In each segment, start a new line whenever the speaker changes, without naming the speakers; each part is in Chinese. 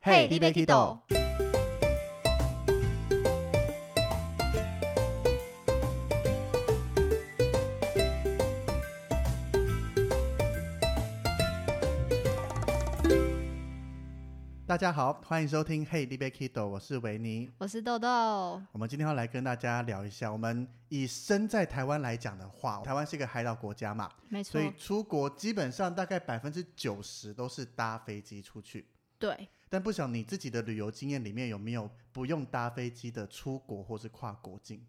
嘿你要去倒？
大家好，欢迎收听《Hey d b a Kido》，我是维尼。
我是豆豆，
我们今天要来跟大家聊一下，我们以身在台湾来讲的话，台湾是一个海岛国家嘛，
没
所，
错
以出国基本上大概百分之九十都是搭飞机出去。
对，
但不晓得你自己的旅游经验里面有没有不用搭飞机的出国或是跨国境？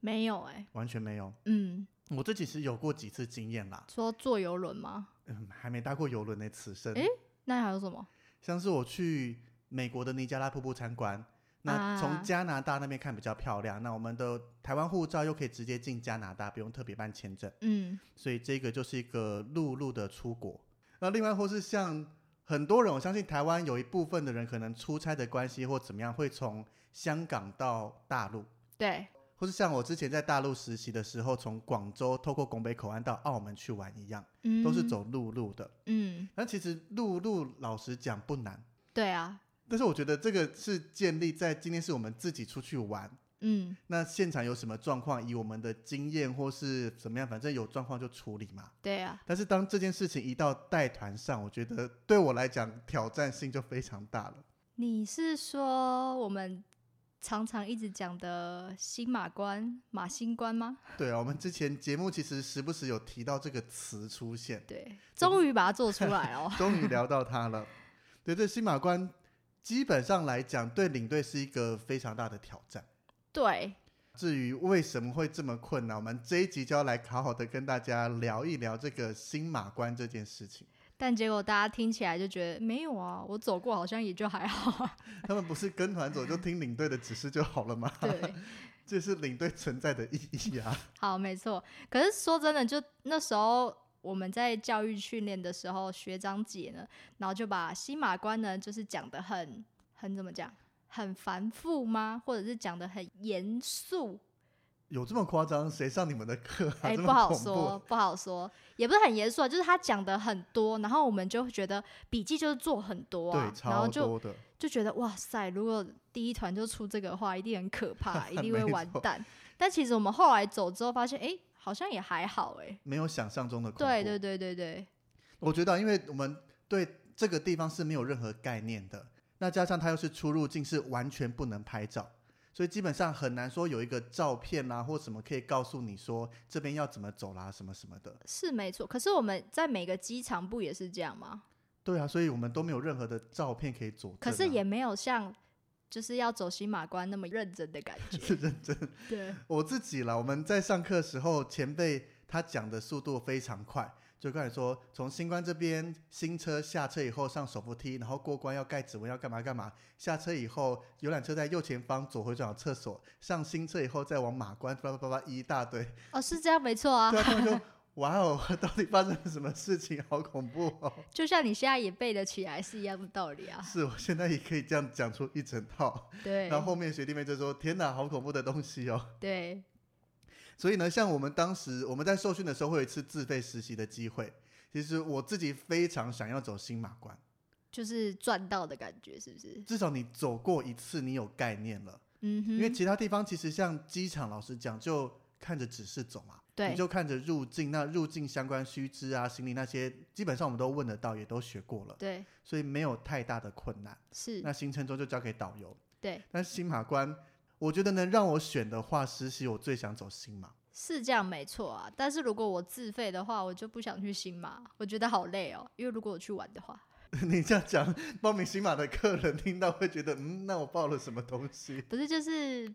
没有哎、
完全没有，
嗯，
我自己是有过几次经验啦，
说坐游轮吗？
嗯，还没搭过游轮呢，此生。
诶那还有什么？
像是我去美国的尼加拉瀑布参观，那
啊
从加拿大那边看比较漂亮。那我们的台湾护照又可以直接进加拿大，不用特别办签证，
嗯，
所以这个就是一个陆路的出国。那另外或是像很多人，我相信台湾有一部分的人可能出差的关系或怎么样，会从香港到大陆。
对，
或是像我之前在大陆实习的时候，从广州透过拱北口岸到澳门去玩一样，
嗯，
都是，走陆路的。
嗯，
那其实陆路老实讲不难，
对啊，
但是我觉得这个是建立在今天是我们自己出去玩，
嗯，
那现场有什么状况，以我们的经验或是怎么样，反正有状况就处理嘛。
对啊，
但是当这件事情一到带团上，我觉得对我来讲挑战性就非常大了。
你是说我们常常一直讲的新马关、马新关吗？
对啊，我们之前节目其实时不时有提到这个词出现，。
对，终于把它做出来哦
终于聊到它了。 对，这新马关基本上来讲，对领队是一个非常大的挑战。
对，
至于为什么会这么困难，我们这一集就要来好好的跟大家聊一聊这个新马关这件事 情。
但结果大家听起来就觉得没有啊，我走过好像也就还好啊。
他们不是跟团走就听领队的指示就好了吗？
对，
这是领队存在的意义啊。
好，没错。可是说真的，就那时候我们在教育训练的时候，学长姐呢，然后就把西马关呢，就是讲的很很怎么讲，很繁复吗？或者是讲的很严肃？
有这么夸张？谁上你们的课、啊？
哎、
这
不
么
好
恐怖
说，。不好说，也不是很严肃啊，就是他讲的很多，然后我们就会觉得笔记就是做很多啊
对，，
然后
超
就
多的。
就觉得哇塞，如果第一团就出这个的话，一定很可 怕，一定会
没
完
错
蛋。但其实我们后来走之后发现，哎、好像也还好、哎。
没有想象中的恐怖。
对对对对对，
我觉得啊，因为我们对这个地方是没有任何概念的，那加上它又是出入境是完全不能拍照，所以基本上很难说有一个照片啦、或什么可以告诉你说这边要怎么走啦、什么什么的。
是没错。可是我们在每个机场不也是这样吗？
对啊，所以我们都没有任何的照片可以佐证啊、
可是也没有像就是要走新马关那么认真的感
是
觉。
认真。
对，
我自己啦，我们在上课的时候，前辈他讲的速度非常快，就跟你说，从新关这边新车下车以后上手扶梯，然后过关要盖指纹要干嘛干嘛，下车以后游览车在右前方左回转有厕所，上新车以后再往马关，叭叭叭叭一大堆，
哦，是这样没错啊
对。啊，他们就哇哦， 到底发生了什么事情？好恐怖哦！
就像你现在也背得起来是一样的道理啊。
是我现在也可以这样讲出一整套，
对
然后后面学弟妹就说：“天哪，好恐怖的东西哦！”
对，
所以呢，像我们当时我们在受训的时候，会有一次自费实习的机会。其实我自己非常想要走新马关，
就是赚到的感觉，是不是？
至少你走过一次，你有概念了。
嗯哼，
因为其他地方其实像机场，老实讲，就看着指示走嘛，
对
你就看着入境，那入境相关须知啊、行李那些，基本上我们都问得到，也都学过了，
对
所以没有太大的困难。
是，
那行程中就交给导游。
对
但是新马关，我觉得能让我选的话，实习我最想走新马。
是这样没错啊。但是如果我自费的话，我就不想去新马，我觉得好累哦。因为如果我去玩的话，
你这样讲，报名新马的客人听到会觉得，嗯，那我报了什么东西？
不是就是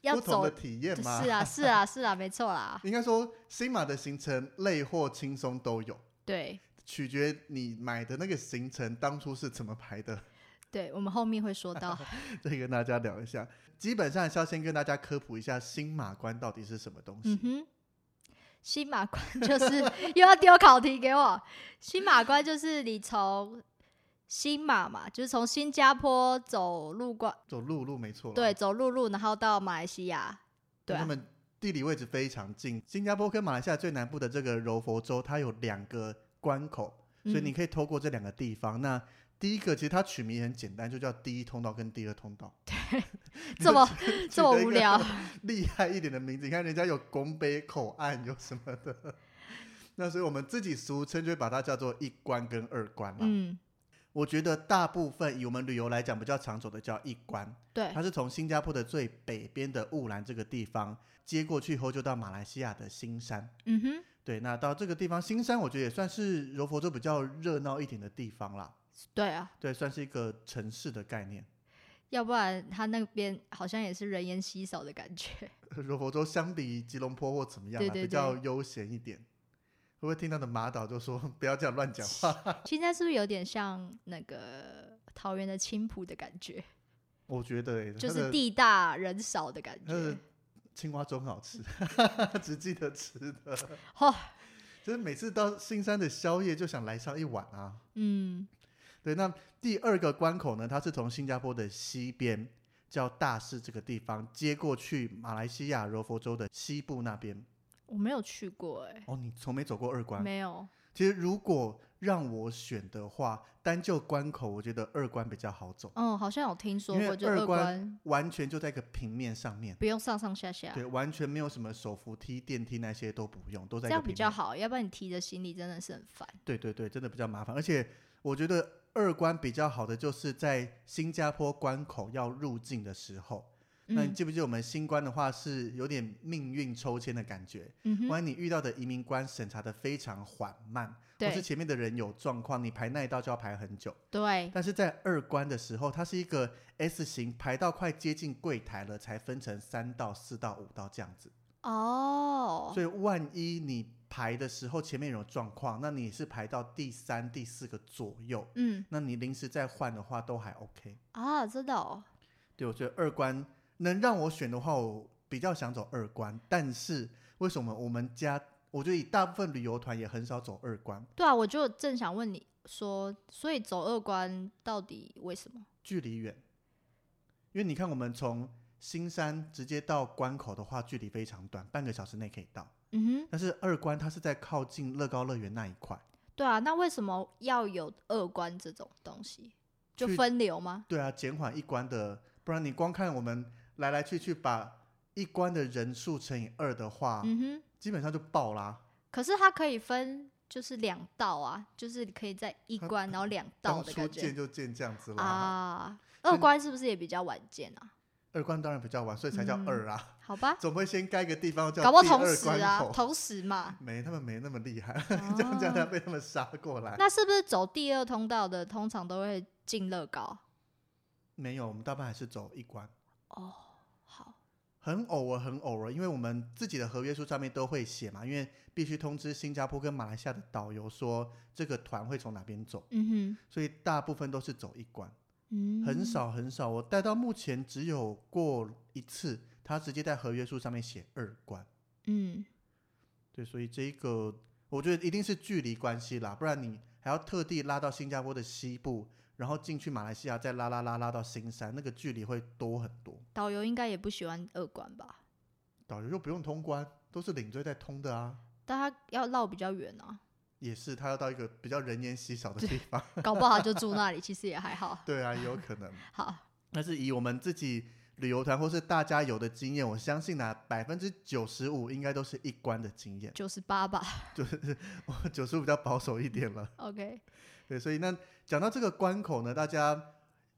要
不同
走
的体 验吗？
是啊，是啊，是啊，没错啦。
应该说新马的行程累或轻松都有，
对，
取决你买的那个行程当初是怎么排的。
对，我们后面会说到。
这个跟大家聊一下，基本上是要先跟大家科普一下新马关到底是什么东西。
嗯哼，新马关 就是又要丢考题给我。新马关就是你从新马嘛，就是从新加坡走陆关，
走陆路没错啦，
对，走陆路，然后到马来西亚。对
因为他
啊，
们地理位置非常近。新加坡跟马来西亚最南部的这个柔佛州，它有两个关口，所以你
嗯
可以透过这两个地方。那第一个其实它取名也很简单，就叫第一通道跟第二通 道。
嗯 这么这么无聊，
厉害一点的名字，你看人家有拱北口岸，有什么的。 那所以我们自己俗称就会把它叫做一关跟二关啦。
嗯，
我觉得大部分以我们旅游来讲比较常走的叫一关，
对，
它是从新加坡的最北边的雾兰这个地方接过去以后，就到马来西亚的新山。
嗯哼，
对，那到这个地方新山，我觉得也算是柔佛州比较热闹一点的地方啦。
对啊，
对，算是一个城市的概念。
要不然他那边好像也是人烟稀少的感觉。
柔佛州相比吉隆坡或怎么样、啊，
对对
比
对
较悠闲一点。会不会听到的马导就说 不要这样乱讲话？
现在是不是有点像那个桃园的青浦的感觉，
我觉得、欸、
就
它
是
的
地大人少的感
它的
觉？
青蛙粥很好吃， 只记得吃的。
嗯 哦，
就是每次到新山的宵夜就想来上一碗啊。
嗯，
对，那第二个关口呢，它是从新加坡的西边叫大士这个地方接过去马来西亚柔佛州的西部那边。
我没有去过哎、
哦，你从没走过二关？
没有，
其实如果让我选的话，单就关口，我觉得二关比较好走，
嗯，好像有听说
因为
过，就
二
二
关
关
完全就在一个平面上面。
不用上上下下，
对，完全没有什么手扶梯、电梯那些都不用，都在一
这
个
样
平
比
面
较好，要不然你提着行李真的是很烦。
对对对，真的比较麻烦。而且我觉得二关比较好的就是在新加坡关口要入境的时候，那你
嗯
记不记得我们新关的话是有点命运抽签的感觉？
嗯哼，
万一你遇到的移民官审查的非常缓慢，或是
对
前面的人有状况，你排那一道就要排很久。
对，
但是在二关的时候，它是一个 S 型，排到快接近柜台了，才分成三到四到五道这样子。
哦，
所以万一你排的时候前面有状况，那你是排到第三、第四个左右，
嗯
那你临时再换的话都还 OK。
啊，真的哦，
对，我觉得二关能让我选的话，我比较想走二关，但是为什么我们家？我觉得以大部分旅游团也很少走二关，
对啊，我就正想问你说，所以走二关到底为什么？
距离远。因为你看，我们从新山直接到关口的话，距离非常短，半个小时内可以到。
嗯哼。
但是二关它是在靠近乐高乐园那一块，
对啊，那为什么要有二关这种东西？就
去
分流吗？
对啊，减缓一关的，不然你光看我们来来去去把一关的人数乘以二的话，
嗯哼。
基本上就爆啦。
可是它可以分，就是两道啊，就是你可以在一
它
关然后两道
当
的
初
感
建
觉
就建这样子啦。
啊。
所以
二
你
关是不是也比较晚见啊？
二关当然比较晚，所以才叫
嗯
二啊，
好吧，
总会先盖个地方叫
搞不好
第
同
二
时
关
啊
口，。。
同时嘛
没，他们没那么厉害， 这样这样他
哦
被他们杀过来。
那是不是走第二通道的通常都会进乐高？
没有，我们大半还是走一关，
哦，好，
很偶尔，很偶尔，因为我们自己的合约书上面都会写嘛，因为必须通知新加坡跟马来西亚的导游说这个团会从哪边走，
嗯哼，
所以大部分都是走一关。
嗯，
很。少很少，哦我带到目前只有过一次，他直接在合约书上面写二关。
嗯，
对，所以这一个我觉得一定是距离关系啦，不然你还要特地拉到新加坡的西部，然后进去马来西亚，再拉拉拉拉到新山，那个距离会多很多。
导游应该也不喜欢二关吧？
导游就不用通关，都是领队在通的啊。
但他要绕比较远啊，
也是，他要到一个比较人烟稀少的地方。
搞不好就住那里，其实也还好。
对啊，也有可能。
好，
但是以我们自己旅游团或是大家有的经验，我相信呢、啊，百分之九十五应该都是一关的经验。
九十八吧。
九十五比较保守一点了。
OK，
对，所以那讲到这个关口呢，大家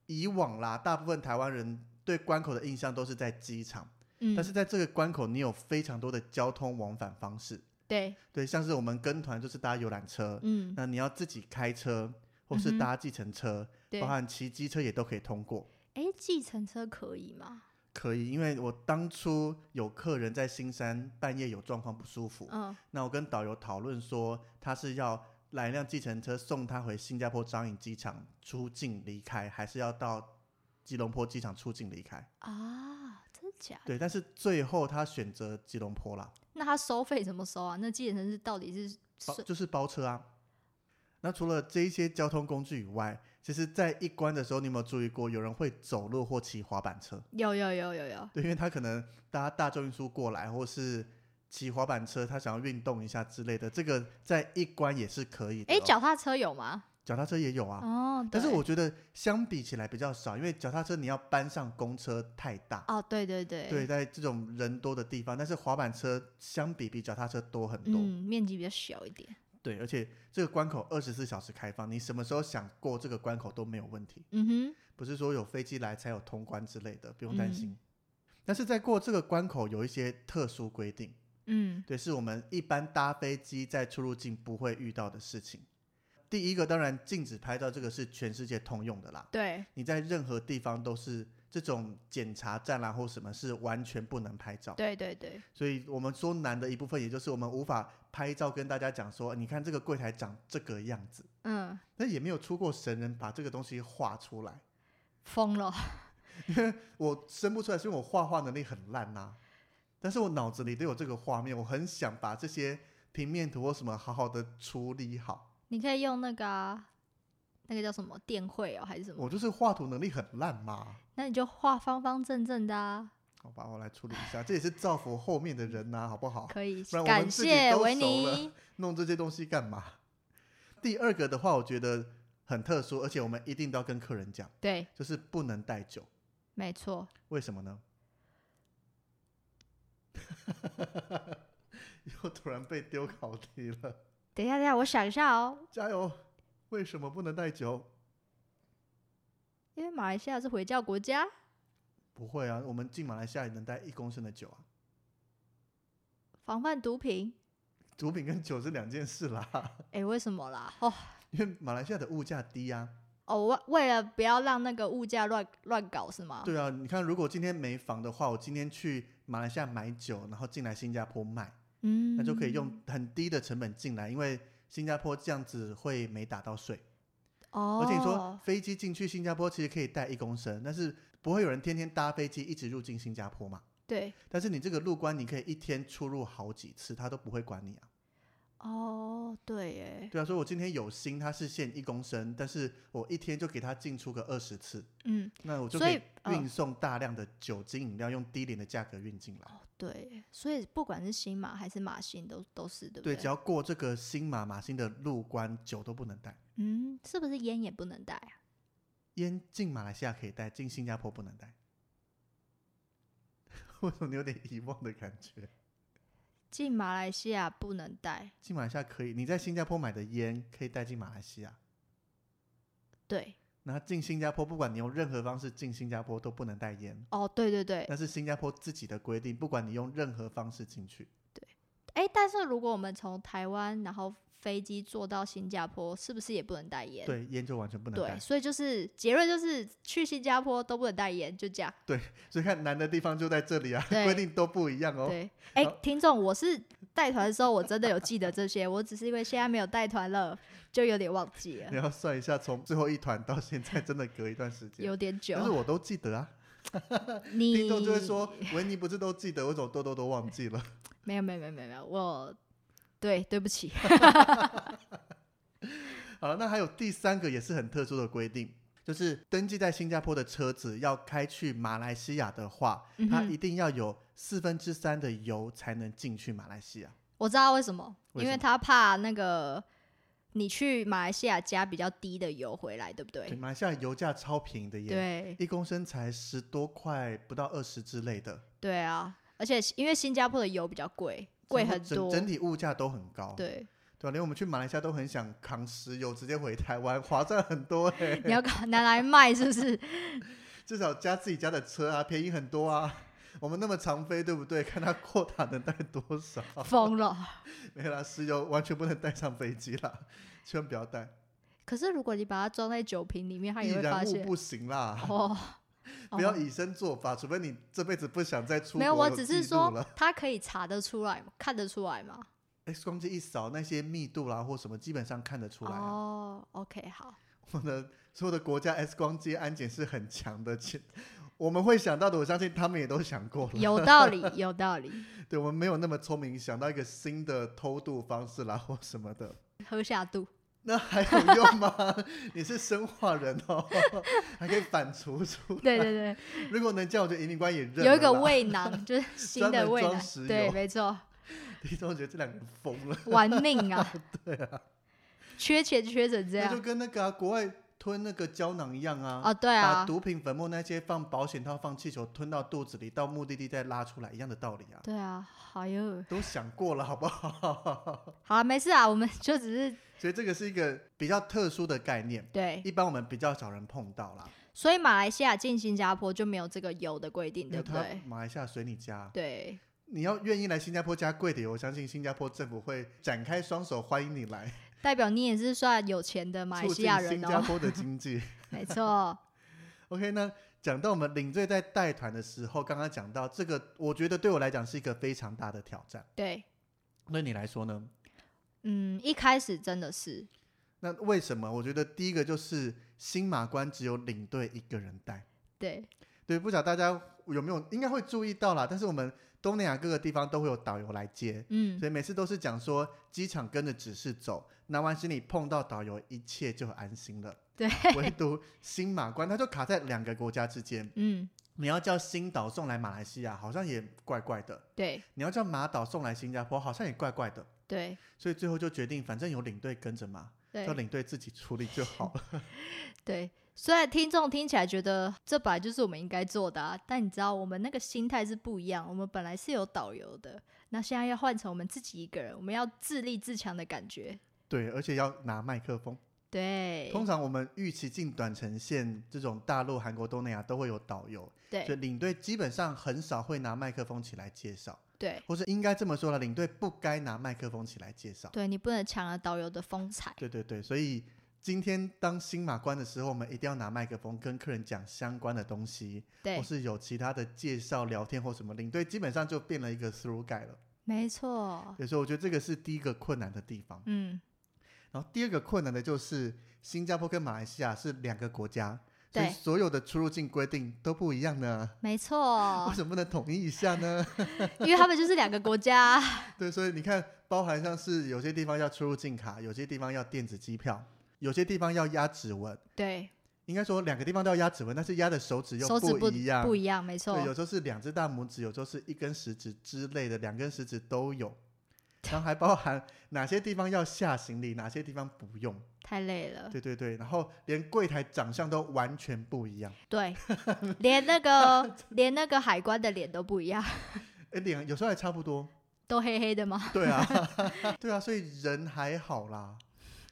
以往啦，大部分台湾人对关口的印象都是在机场，
嗯，
但是在这个关口，你有非常多的交通往返方式。
对，
对，像是我们跟团就是搭游览车，
嗯，
那你要自己开车或
嗯
是
哼
搭计程车，
对
包。含骑机车也都可以通过。
哎，计程车可以吗？
可以，因为我当初有客人在新山半夜有状况不舒服，
嗯，
那我跟导游讨论说，他是要来一辆计程车送他回新加坡樟宜机场出境离开，还是要到吉隆坡机场出境离开？
啊，真假？
对，但是最后他选择吉隆坡啦，
那他收费怎么收啊？那计程车是到底是
包
是
就是包车啊。那除了这一些交通工具以外，其实，在一关的时候，你有没有注意过有人会走路或骑滑板车？
有有有有有，
对，因为他可能搭大众运输过来，或是骑滑板车，他想要运动一下之类的，这个在一关也是可以的、哦。
哎，脚踏车有吗？
脚踏车也有啊。
哦，
但是
对
我觉得相比起来比较少，因为脚踏车你要搬上公车太大，
哦，对对对，
对，在这种人多的地方，但是滑板车相比比脚踏车多很多，
嗯，面积比较小一点。
对，而且这个关口二十四小时开放，你什么时候想过这个关口都没有问题，
嗯
不是说有飞机来才有通关之类的，不用担心。但是在过这个关口有一些特殊规定，
哼，嗯，
对，是我们一般搭飞机在出入境不会遇到的事情。第一个当然禁止拍照，这个是全世界通用的啦。
对，
你在任何地方都是这种检查站啦、或什么是完全不能拍照。
对对对，
所以我们说难的一部分，也就是我们无法拍照跟大家讲说，你看这个柜台长这个样子，
嗯，
那也没有出过神人把这个东西画出来。
疯了，
我生不出来，是因为我画画能力很烂呐、但是我脑子里都有这个画面，我很想把这些平面图或什么好好的处理好。
你可以用那个啊、那个叫什么电绘哦，还是什么？
我就是画图能力很烂嘛。
那你就画方方正正的啊，
好吧，我来处理一下，这也是造福后面的人呐、好不好？
可以
哦不然。我
感
们自己
谢
都
维
熟
尼，
弄这些东西干嘛？第二个的话，我觉得很特殊，而且我们一定都要跟客人讲，
对，
就是不能带酒。
没错，
为什么呢？ 又突然被丢考题了，
等一下，等一下，我想一下哦，
加油！为什么不能带酒？
因为马来西亚是回教国家，
不会啊，我们进马来西亚也能带一公升的酒啊，
防范毒品。
毒品跟酒是两件事啦。
哎，为什么啦？哦
因为马来西亚的物价低啊，
哦，为为了不要让那个物价乱乱搞是吗？
对啊，你看，如果今天没房的话，我今天去马来西亚买酒，然后进来新加坡卖，
嗯，
那就可以用很低的成本进来，因为新加坡这样子会没打到税。
哦。
而且你说飞机进去新加坡其实可以带一公升，但是不会有人天天搭飞机一直入境新加坡嘛？
对
但是你这个入关，你可以一天出入好几次，他都不会管你啊。
哦，对耶，
对啊，所以我今天有心，他是限一公升，但是我一天就给他进出个二十次，
嗯，
那我就
所
可
以嗯
以运送大量的酒精饮料，用低廉的价格运进
哦
来。
对，所以不管是新马还是马新都都是对不
对，
对？
只要过这个新马马新的入关，酒都不能带，
嗯，是不是烟也不能带啊？
烟进马来西亚可以带，进新加坡不能带。 为什么你有点遗忘的感觉？
进马来西亚不能带，
进马来西亚可以，你在新加坡买的烟可以带进马来西亚，
对，
那进新加坡，不管你用任何方式进新加坡都不能带烟，
哦，对对对，
那是新加坡自己的规定，不管你用任何方式进去。
哎，但是如果我们从台湾然后飞机坐到新加坡，是不是也不能带烟？
对，烟就完全不能
对。
带。
所以就是结论就是去新加坡都不能带烟，就这样。
所以看难的地方就在这里啊，
对
规定都不一样哦。
对，哎
好，
听众，我是带团的时候我真的有记得这些，我只是因为现在没有带团了，就有点忘记了
你，要算一下，从最后一团到现在，真的隔一段时间。
有点久
但。是我都记得啊，
你
听众就会说维尼不是都记得，为什么多多都忘记了？
没有没有没有没有没有，我对对不起，
好了，那还有第三个也是很特殊的规定，就是登记在新加坡的车子要开去马来西亚的话，
嗯
它
哼
一定要有四分之三的油才能进去马来西亚。
我知道为什么，
为
因为
什么
他怕那个你去马来西亚加比较低的油回来，对不
对，
对？
马来西亚油价超便宜的耶，
对
一公升才十多块，不到二十之类的，
对啊，而且因为新加坡的油比较贵，贵很
整
多，
整体物价都很高。
对，
对啊，连我们去马来西亚都很想扛石油直接回台湾，划算很多哎、
你要搞拿来卖是 不是？
至少加自己家的车啊，便宜很多啊。我们那么常飞，对不对？看它扩塔能带多少。
疯了！
没啦，石油完全不能带上飞机啦，千万不要带，
可是如果你把它装在酒瓶里面，它
易
也会发
燃物
现
不行啦，
哦。
不要
哦
以身作法，除非你这辈子不想再出国
没有，我只是
记录
说
了，
它可以查得出来，看得出来嘛。
哎，光机一扫那些密度啦或什么，基本上看得出来、啊。
哦，OK，好，
我们的所有的国家 X 光机安检是很强的，其我们会想到的，我相信他们也都想过了。
有道理，有道理。
对，我们没有那么聪明，想到一个新的偷渡方式啦或什么的。
喝下肚，
那还有用吗？ 你是生化人哦， 还可以反刍出来。
对对对，
如果能这样，我觉得移民官也认了啦。
有一个胃囊，就是 新
啊专
的
门
胃
装
囊
石，
对，
油
没错，
李总觉得这两个人疯了，
玩命啊！
对啊。
缺钱缺成这
那
样
就跟那个、啊、国外吞那个胶囊一样啊，
哦，对
把
啊，
毒品、粉末那些放保险套、放气球吞到肚子里，到目的地再拉出来一样的道理啊，
对啊，好哟，
都想过了，好不好？
好啊，没事啊，我们 就只是
所以这个是一个比较特殊的概念，
对，
一般我们比较少人碰到啦，
所以马来西亚进新加坡就没有这个油的规定，
因
对
为
不
他
对？
马来西亚随你加，
对，
你要愿意来新加坡加贵的油，我相信新加坡政府会展开双手欢迎你来，
代表你也是算有钱的马来
促
西
进
亚
新
人
加
哦，
坡的经济。
没错，
OK，那讲到我们领队在带团的时候，刚刚讲到这个，我觉得对我来讲是一个非常大的挑战。
对，
对你来说呢？
嗯，一开始真的是，
那为什么？我觉得第一个就是新马关只有领队一个人带。
对，
对，不晓得大家有没有应该会注意到啦，但是我们东南亚各个地方都会有导游来接，
嗯，
所以每次都是讲说机场跟着指示走，拿完行李碰到导游，一切就很安心了。
对，
唯独新马关它就卡在两个国家之间，
嗯，
你要叫新岛送来马来西亚，好像也怪怪的。
对，
你要叫马岛送来新加坡，好像也怪怪的，
对，
所以最后就决定，反正有领队跟着嘛，叫
对，
领队自己处理就好了。
对。虽然听众听起来觉得这本来就是我们应该做的、啊，但你知道我们那个心态是不一样。我们本来是有导游的，那现在要换成我们自己一个人，我们要自立自强的感觉。
对，而且要拿麦克风。
对，
通常我们预期进短程线这种大陆、韩国、东南亚都会有导游，所以
对，
领队基本上很少会拿麦克风起来介绍，
对，
或是应该这么说了，领队不该拿麦克风起来介绍。
对，你不能抢了导游的风采。
对对对，所以今天当新马关的时候，我们一定要拿麦克风跟客人讲相关的东西，
对
或，哦是有其他的介绍、聊天或什么，领队基本上就变了一个 through guide 了。
没错。
对所以我觉得这个是第一个困难的地方。
嗯，
然后第二个困难的就是新加坡跟马来西亚是两个国家，所以
对
所有的出入境规定都不一样呢。
没
为
错，
什么不能统一一下呢？
因为他们就是两个国 家。
对，所以你看，包含像是有些地方要出入境卡，有些地方要电子机票，有些地方要压指纹。
对，
应该说两个地方都要压指纹，但是压的手指又
手指不
一样。
不一样，没错
啊对，。有时候是两只大拇指，有时候是一根食指之类的，两根食指都有。然后还包含哪些地方要下行李，哪些地方不用。
太累了。
对对对，然后连柜台长相都完全不一样，
对， 连那个连那个海关的脸都不一样，
哎，脸有时候还差不多。
都黑黑的吗？
对啊， 对啊，所以人还好啦，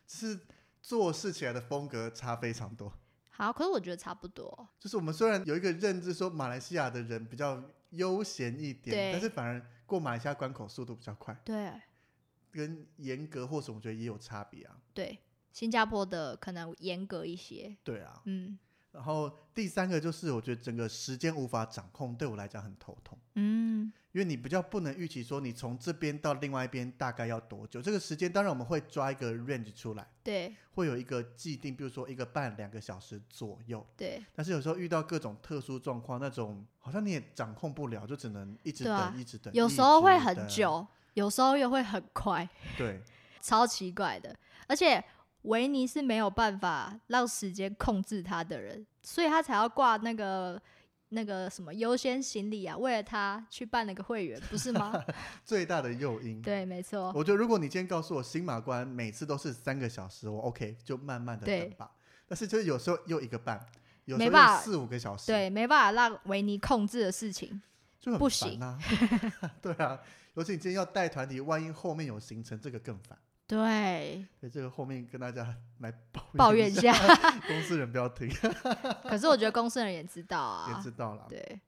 只是做事起来的风格差非常多。
好，可是我觉得差不多。
就是我们虽然有一个认知说马来西亚的人比较悠闲一点，
对
但是反而过马来西亚关口速度比较快，
对
跟严格或什么我觉得也有差别啊。
对，新加坡的可能严格一些。
对啊，
嗯
然后第三个就是我觉得整个时间无法掌控，对我来讲很头痛。
嗯，
因为你比较不能预期说你从这边到另外一边大概要多久，这个时间当然我们会抓一个 range 出来，
对
会有一个既定，比如说一个半两个小时左右。
对
但是有时候遇到各种特殊状况，那种好像你也掌控不了，就只能一直
对
等，
啊
一直等。
有
一
时候
直
会很
等，
久，有时候又会很快，
对，
超奇怪的。而且维尼是没有办法让时间控制他的人，所以他才要挂那个。那个什么优先行李啊，为了他去办了个会员，不是吗？
最大的诱因。，
对，没错。
我觉得如果你今天告诉我新马关每次都是三个小时，我 OK 就慢慢的
对
等吧。但是就是有时候又一个半，有时
没
候
办
又
法
四五个小时，
对，没办法让维尼控制的事情。
就很
不
烦啊。 对啊，尤其你今天要带团体，万一后面有行程，这个更烦。
对，
对，这个后面跟大家 来抱
抱
怨
怨
一
一
下，
下。
公司人不要听，也
可是我觉得公司人也知道啊。
知道了。
对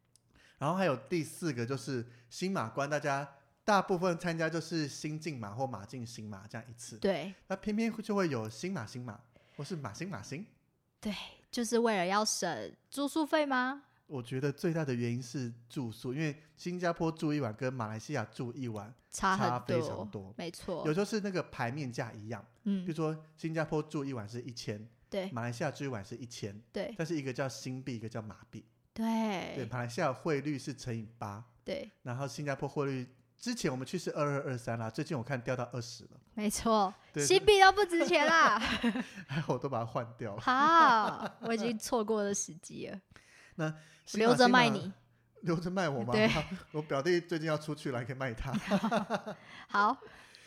然后还有第四个就是新马关，大家大部分参加就是新进马或马进新马这样一次，
对
那偏偏就会有新马新马或是马新马新。
对，就是为了要省住宿费吗？
我觉得最大的原因是住宿，因为新加坡住一晚跟马来西亚住一晚
差
差
很
非常多，
没错
有。时候是那个牌面价一样，比
嗯
如，说新加坡住一晚是一千，
对
马来西亚住一晚是一千，
对
但是一个叫新币，一个叫马币。对，
对
马来西亚汇率是乘以八，
对，
然后新加坡汇率之前我们去是二二二三啦，最近我看掉到二十了，
没错。
对
新币都不值 钱啦。
还好我都把它换掉了，
好，我已经错过了时机了，
新马
留着
新马啊
卖你。
留着卖我吗
对？
我表弟最近要出去了，还可以卖他。
好，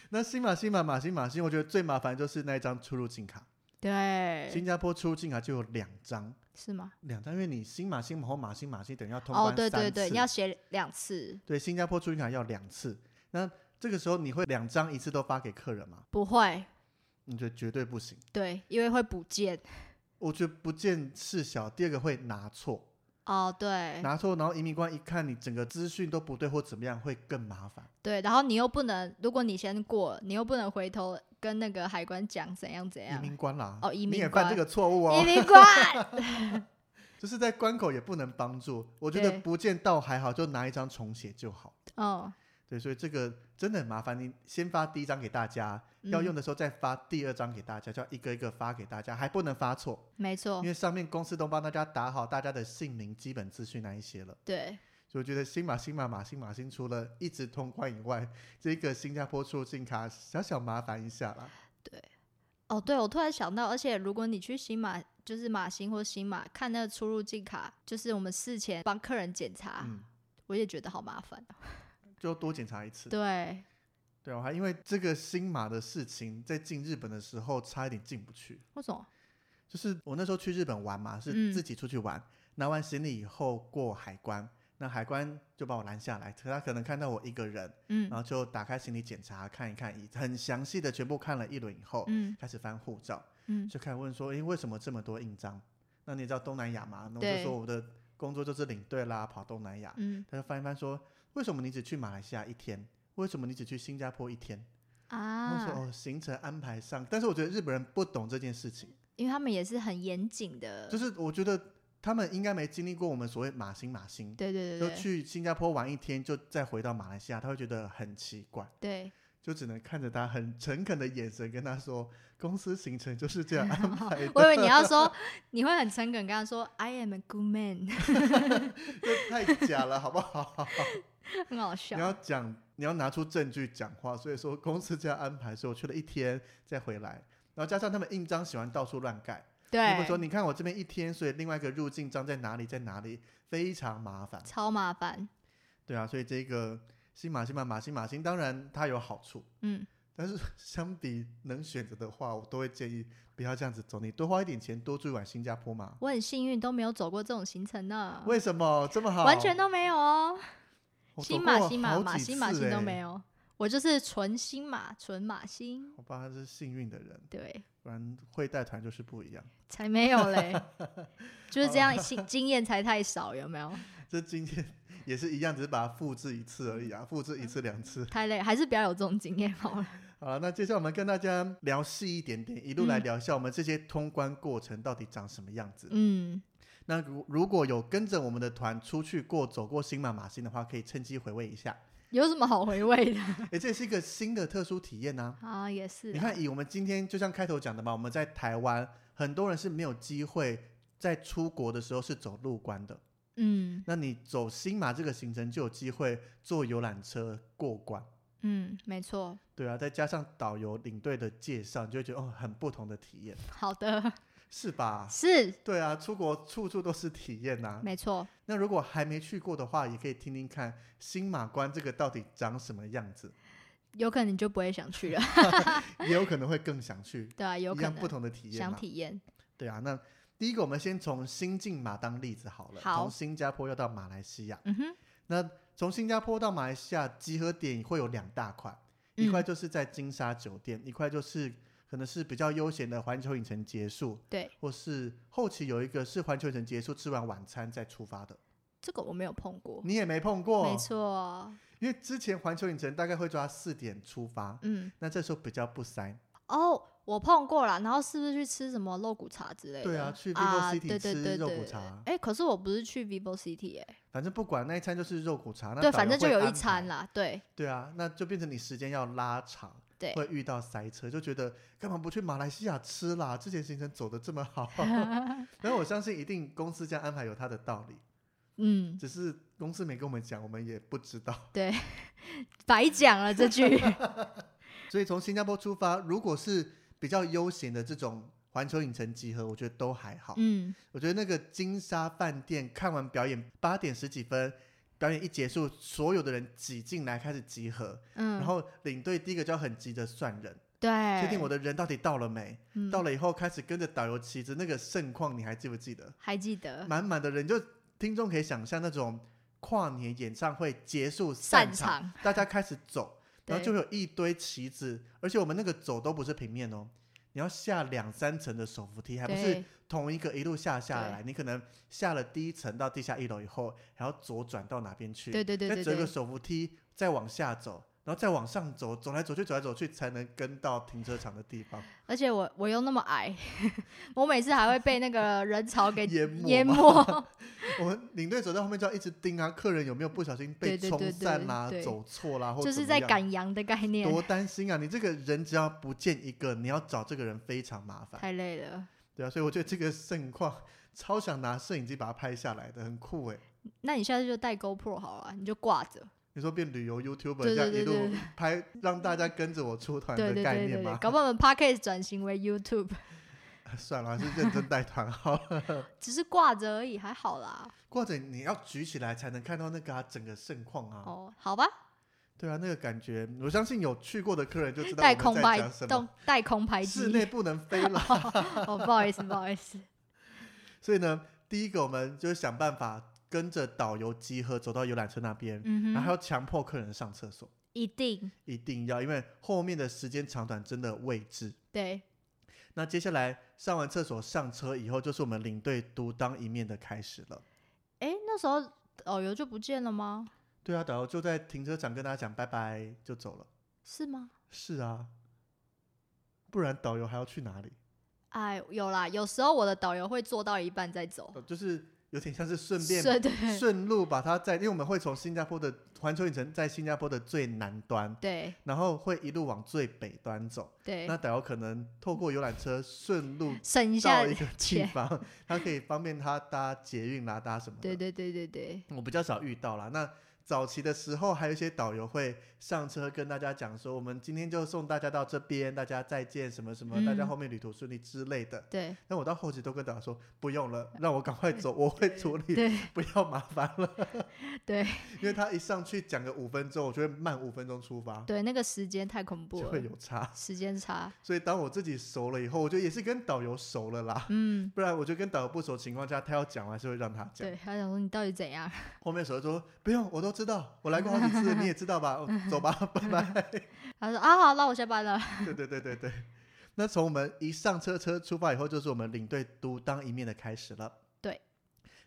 那新马新马马新马新，我觉得最麻烦就是那一张出入境卡。
对，
新加坡出入境卡就有两张，
是吗？
两张，因为你新马新马或马新马新，等于要通关
哦，
三次。
对对对，你要写两次，
对新加坡出入境卡要两次。那这个时候你会两张一次都发给客人吗？
不会，
你觉得绝对不行。
对，因为会不见。
我觉得不见事小，第二个会拿错，
哦，对
拿错，然后移民官一看你整个资讯都不对或怎么样，会更麻烦。
对，然后你又不能，如果你先过，你又不能回头跟那个海关讲怎样怎
移
样。
民官啦，
哦移
你
民
也犯这
官
个错误
移
哦，
民官，
就是在关口也不能帮助。我觉得
对
不见到还好，就拿一张重写就好。
哦，
对，所以这个真的很麻烦。你先发第一张给大家，
嗯
要用的时候再发第二张给大家，就要一个一个发给大家，还不能发错，
没错
因，为上面公司都帮大家打好大家的姓名、基本资讯那一些了。
对，
所以我觉得新马新马马新马新除了一直通关以外，这个新加坡出入境卡小小麻烦一下啦。
哦，对，我突然想到，而且如果你去新马，就是马新或新马看那个出入境卡，就是我们事前帮客人检查，
嗯，
我也觉得好麻烦哦。
就多检查一次。
对，
对，我还因为这个新马的事情，在进日本的时候差一点进不去。
为什么？
就是我那时候去日本玩嘛，是
嗯
自己出去玩，拿完行李以后过海关，那海关就把我拦下来，可他可能看到我一个人，
嗯
然后就打开行李检查看一看，以很详细的全部看了一轮以后，
嗯
开始翻护照，
嗯，
就开始问说，诶，为什么这么多印章？那你也知道东南亚嘛，那我就
对
说我的工作就是领队啦，跑东南亚，
嗯
他就翻一翻说，为什么你只去马来西亚一天？为什么你只去新加坡一天？我说
啊，
哦，行程安排上，但是我觉得日本人不懂这件事情。
因为他们也是很严谨的，
就是我觉得他们应该没经历过我们所谓马星马星，
对对
就
对对
去新加坡玩一天，就再回到马来西亚，他会觉得很奇怪，
对，
就只能看着他很诚恳的眼神跟他说，公司行程就是这样安 排
我以
的，
为你要说，你会很诚恳跟他说，I am a good man，
这太假了，好不好？
很好
你
笑。
要讲，你要拿出证据讲话，所以说公司这样安排，所以我去了一天再回来。然后加上他们印章喜欢到处乱盖，你会
对
说，你看我这边一天，所以另外一个入境章在哪里，在哪里，非常麻烦。
超麻烦。
对啊，所以这个新马新马马新马新，当然它有好处，
嗯，
但是相比能选择的话，我都会建议不要这样子走，你多花一点钱，多住一晚新加坡嘛。
我很幸运都没有走过这种行程呢，
为什么这么好？
啊完全都没有哦。
我走
新
过
马
好
新马
几
马新马
次
新都
欸
没。有，我就是纯新马纯马新，
我爸他是幸运的人，
对，
不然会带团就是不一样。
才没有嘞， 就是这样经经验才太少，有没有？
这今天也是一样，只是把它复制一次而已啊，复制一次两次。
太累，还是不要有这种经验好了。
好了，那接下来我们跟大家聊细一点点，一路来聊一下我们这些通关过程到底长什么样子。
嗯，
那如如果有跟着我们的团出去过、走过新马马新的话，可以趁机回味一 下。
有什么好回味的
哎，这也是一个新的特殊体验呐、
啊？也是啊，
你看，以我们今天就像开头讲的嘛，我们在台湾很多人是没有机会在出国的时候是走陆关的。
嗯
那你走新马这个行程就有机会坐游览车过关，
嗯，没错，
对啊，再加上导游领队的介绍，你就会觉得哦，很不同的体验，
好的，
是吧？
是
对啊，出国处处都是体验呐、
没错，
那如果还没去过的话，也可以听听看新马关这个到底长什么样子，
有可能你就不会想去了，
也有可能会更想去，
对啊，有
一
可
样不
能
同的体验
想
嘛。
体验，
对啊，那第一个我们先从新进马当例子好了，
好
从新加坡要到马来西亚，
嗯哼，
那从新加坡到马来西亚集合点会有两大块，
嗯
一块就是在金沙酒店，一块就是。可能是比较悠闲的环球影城结束，
对，
或是后期有一个是环球影城结束吃完晚餐再出发的，
这个我没有碰过，
你也没碰过，
哦没错，
因为之前环球影城大概会抓四点出发，
嗯，
那这时候比较不塞。
哦，我碰过了，然后是不是去吃什么肉骨茶之类的？
对啊，去 Vivo
啊
City
对对
吃
对
肉
对
骨茶，
哎、可是我不是去 Vivo City 哎、
反正不管那一餐就是肉骨茶。那
对，
导
反
游
正就
会
有一
安
餐
排。
啦，对
对啊，那就变成你时间要拉长，
对
会遇到塞车，就觉得干嘛不去马来西亚吃啦？之前行程走的这么 好，然后我相信一定公司这样安排有它的道理，
嗯，
只是公司没跟我们讲，我们也不知道。
白讲了 这句，
所以从新加坡出发，如果是比较悠闲的这种环球影城集合，我觉得都还好。
嗯，
我觉得那个金沙饭店看完表演八点十几分，表演一结束，所有的人挤进来开始集合，
嗯，
然后领队第一个就要很急着算人，
对，
确定我的人到底到了没？
嗯
到了以后开始跟着导游骑着那个盛况，你还记不记得？
还记得
满满的人，就听众可以想象那种跨年演唱会结束
散
散场，
场，
大家开始走，然后就
对
会有一堆旗子，而且我们那个走都不是平面哦，你要下两三层的手扶梯，还不是
对
同一个一路下下来，你可能下了第一层到地下一楼以后，还要左转到哪边去，
对对对
再
对
折个
对，
手扶梯，再往下走。然后再往上走，走来走去，走来走去，才能跟到停车场的地方。
而且我我又那么矮， 我每次还会被那个人潮给
淹没
淹
吧
没
我们领队走到后面就要一直盯啊，客人有没有不小心被
对对对
冲
对
散啦、
对
走错啦、或
就
怎
是
么
在
样
赶羊的概念，
多担心啊！你这个人只要不见一个，你要找这个人非常麻烦。
太累了。
对啊，所以我觉得这个盛况超想拿摄影机把它拍下来的，很酷哎。
那你下次就带 GoPro 好了，你就挂着，
你说变旅游 YouTuber
对
这样
对
一
对对
路拍，让大家跟着我出团
对
的
对
概
对
念
对对
吗，？
搞不好我们 p a c k a g e 转型为 YouTube，
算了，还是认真带团好了。
只是挂着而已，还好啦。
或者你要举起来才能看到那个、啊、整个盛况啊。
哦，好吧，
对啊，那个感觉，我相信有去过的客人就知道
带
我
空
们在
拍
讲什么。
动，带空拍
室
机。
内不能飞了，
哦，不好意思，不好意思。
所以呢，第一个我们就是想办法跟着导游集合走到游览车那边，
嗯
然后还
哼，
要强迫客人上厕所，
一定
一定要，因为后面的时间长短真的未知。
对，
那接下来上完厕所上车以后，就是我们领队独当一面的开始了。
哎，那时候导游就不见了吗？
对啊，导游就在停车场跟大家讲拜拜就走了。
是吗？
是啊，不然导游还要去哪里？
哎，有啦，有时候我的导游会做到一半再走，
呃就是有点像是顺便
对对
顺路把它在，因为我们会从新加坡的环球影城在新加坡的最南端，
对
然后会一路往最北端走。那
对，
导游可能透过游览车顺 路
省一下
到一，个地
钱
方，它可以方便他搭捷运啦、搭什么的。
对对对对对，
我比较少遇到啦。那早期的时候，还有一些导游会上车跟大家讲说，我们今天就送大家到这边，大家再见，什么什么，大家
嗯
后面旅途顺利之类的。
对
那我到后期都跟导游说，不用了，让我赶快 走，我会处理，
对
不要麻烦了。
对
因为他一上去讲个五分钟，我就会慢五分钟出发，
对，那个时间太恐怖
就会
了，
有差。
时间差，
所以当我自己熟了以后，我觉得也是跟导游熟了啦。
嗯，
不然我觉得跟导游不熟的情况下，他要讲，我还是会让他讲
对，。他想说你到底怎样？
后面手就说不用，我都知道，我来过好几 次，你也知道吧？哦走吧，拜拜。
他说啊，好，那我下班了。
对对对对对。那从我们一上车车出发以后，就是我们领队独当一面的开始了。
对。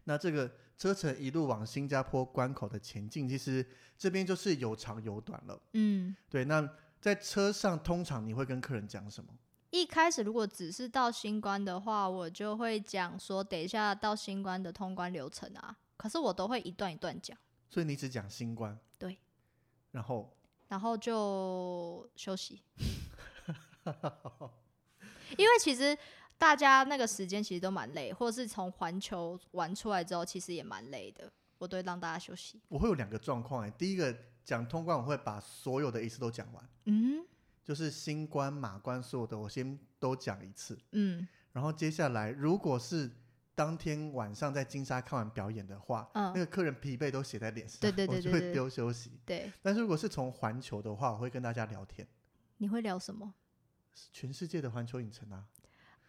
那这个车程一路往新加坡关口的前进，其实这边就是有长有短了。
嗯，
对，那在车上通常你会跟客人讲什么？
一开始如果只是到新关的话，我就会讲说，等一下到新关的通关流程啊。可是我都会一段一段讲，
所以你只讲新冠。
对。
然后，
然后就休息，因为其实大家那个时间其实都蛮累，或者是从环球玩出来之后，其实也蛮累的。我都会让大家休息。
我会有两个状况哎，第一个讲通关，我会把所有的一次都讲完。
嗯
就是新官马官所有的，我先都讲一次。
嗯
然后接下来，如果是当天晚上在金沙看完表演的话，那
嗯，
个客人疲惫都写在脸上，
对对对
我就
对
会
对
丢休息。
对，
但是如果是从环球的话，我会跟大家聊天，
你会聊什么？
全世界的环球影城啊，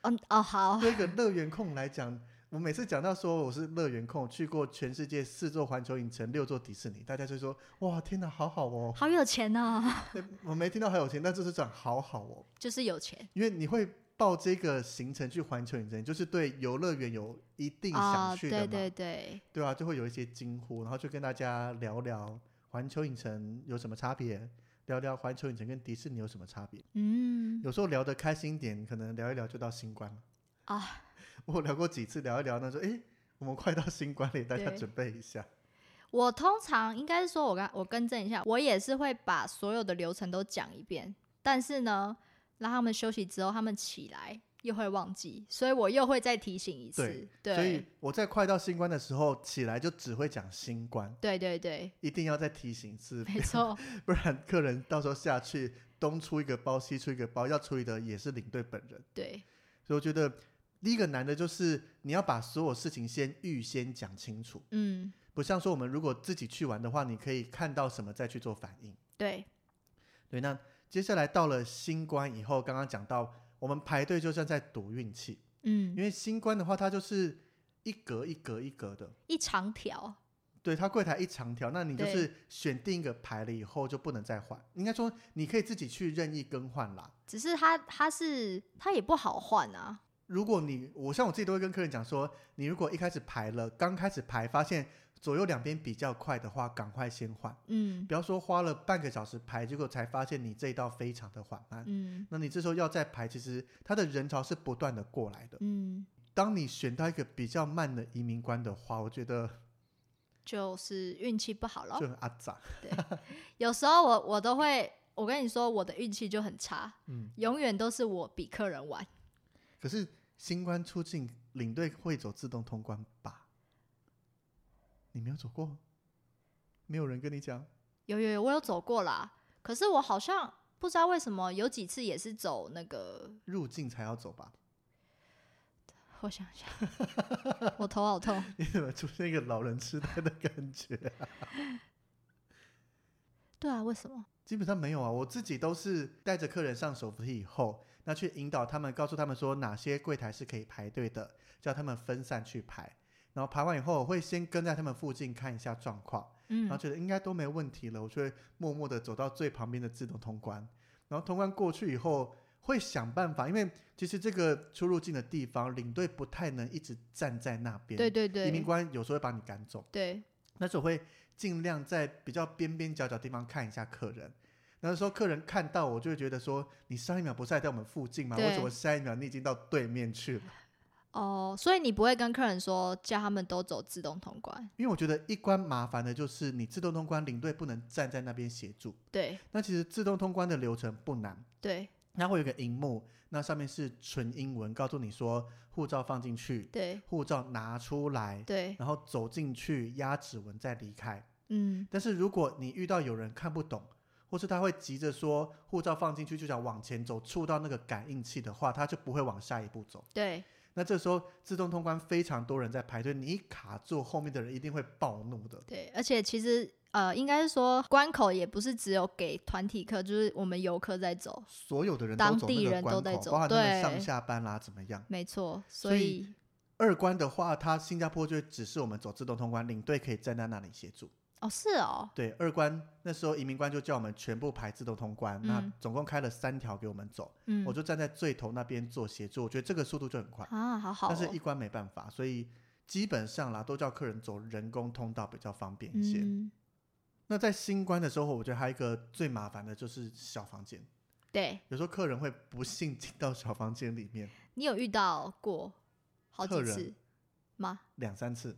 嗯哦，好，
对一个乐园控来讲。我每次讲到说我是乐园控，去过全世界四座环球影城、六座迪士尼，大家就说哇天哪，好好哦！
好有钱哦，
对我没听到还有钱，但就是讲好好哦。
就是有钱
因为你会报这个行程去环球影城，就是对游乐园有一定
啊，
想去的嘛，
对对对，
对啊，就会有一些惊呼，然后就跟大家聊聊环球影城有什么差别，聊聊环球影城跟迪士尼有什么差别。
嗯，
有时候聊得开心一点，可能聊一聊就到新冠了
啊。
我聊过几次，聊一聊，那说诶，我们快到新冠了，大家
对
准备一下。
我通常应该是说我刚我更正一下，我也是会把所有的流程都讲一遍，但是呢，让他们休息之后，他们起来又会忘记，所以我又会再提醒一次。对，
所以我在快到新冠的时候起来就只会讲新冠，
对对对，
一定要再提醒一 次，
没错，
不然客人到时候下去东出一个包西出一个包，要处理的也是领队本人。
对
所以我觉得第一个难的就是你要把所有事情先预先讲清楚，
嗯，
不像说我们如果自己去玩的话，你可以看到什么再去做反应。
对，
对，那接下来到了新冠以后，刚刚讲到我们排队就像在赌运气，因
嗯，
为新冠的话，它就是一格一格一格的，
一长条，
对，它柜台一长条，那你就
对
是选定一个牌了以后就不能再换，应该说你可以自己去任意更换啦。
只是它它是它也不好换啊，
如果你我像我自己都会跟客人讲说，你如果一开始排了，刚开始排发现左右两边比较快的话，赶快先换，
嗯
不要说花了半个小时排，结果才发现你这一道非常的缓慢。
嗯
那你这时候要再排，其实它的人潮是不断的过来的。
嗯，
当你选到一个比较慢的移民关的话，我觉得
就是运气不好咯。
就很阿杂。
有时候我我都会，我跟你说，我的运气就很差，
嗯，
永远都是我比客人晚。
可是新官出境领队会走自动通关吧？你没有走过，没有人跟你讲。
有有有，我有走过啦，可是我好像不知道为什么有几次也是走那个，
入境才要走吧？
我想想， 我头好痛。
你怎么出现一个老人痴呆的感觉、
对啊，为什么？
基本上没有啊，我自己都是带着客人上手扶梯以后，那去引导他们，告诉他们说哪些柜台是可以排队的，叫他们分散去排。然后排完以后，我会先跟在他们附近看一下状况，然后
嗯
觉得应该都没问题了，我就会默默的走到最旁边的自动通关。然后通关过去以后，会想办法，因为其实这个出入境的地方，领队不太能一直站在那边，
对对
移民
对
官有时候会把你赶走。
对，
那时候会尽量在比较边边角角地方看一下客人。那时候客人看到我，就会觉得说：“你上一秒不是还在我们附近吗？
对
为什么下一秒你已经到对面去了
哦，所以你不会跟客人说叫他们都走自动通关？？”
因为我觉得一关麻烦的就是你自动通关领队不能站在那边协助。
对
那其实自动通关的流程不难，
对
它会有一个荧幕，那上面是纯英文，告诉你说护照放进去，
对
护照拿出来，
对，
然后走进去压指纹再离开。
嗯
但是如果你遇到有人看不懂，或是他会急着说护照放进去就想往前走，触到那个感应器的话，他就不会往下一步走。
对
那这时候自动通关非常多人在排队，你一卡住，后面的人一定会暴怒的。
对，而且其实呃，应该是说关口也不是只有给团体客，就是我们游客在走，
所有的人
当
都走那
地
个
人
关
都
口，
在走
包含他们
对
上下班啦，怎么样？
没错，所
所以
以
二关的话，它新加坡就只是我们走自动通关，领队可以站在那里协助。
哦是哦，
对，二关那时候移民官就叫我们全部排自动通关，那
嗯
总共开了三条给我们走，
嗯，
我就站在最头那边做协助，我觉得这个速度就很快。
啊，好好、哦，
但是一关没办法，所以基本上啦，都叫客人走人工通道比较方便一些。
嗯，
那在新关的时候，我觉得还有一个最麻烦的就是小房间，
对
有时候客人会不幸进到小房间里面
你有遇到过好
客
几
人
次吗？
两三次，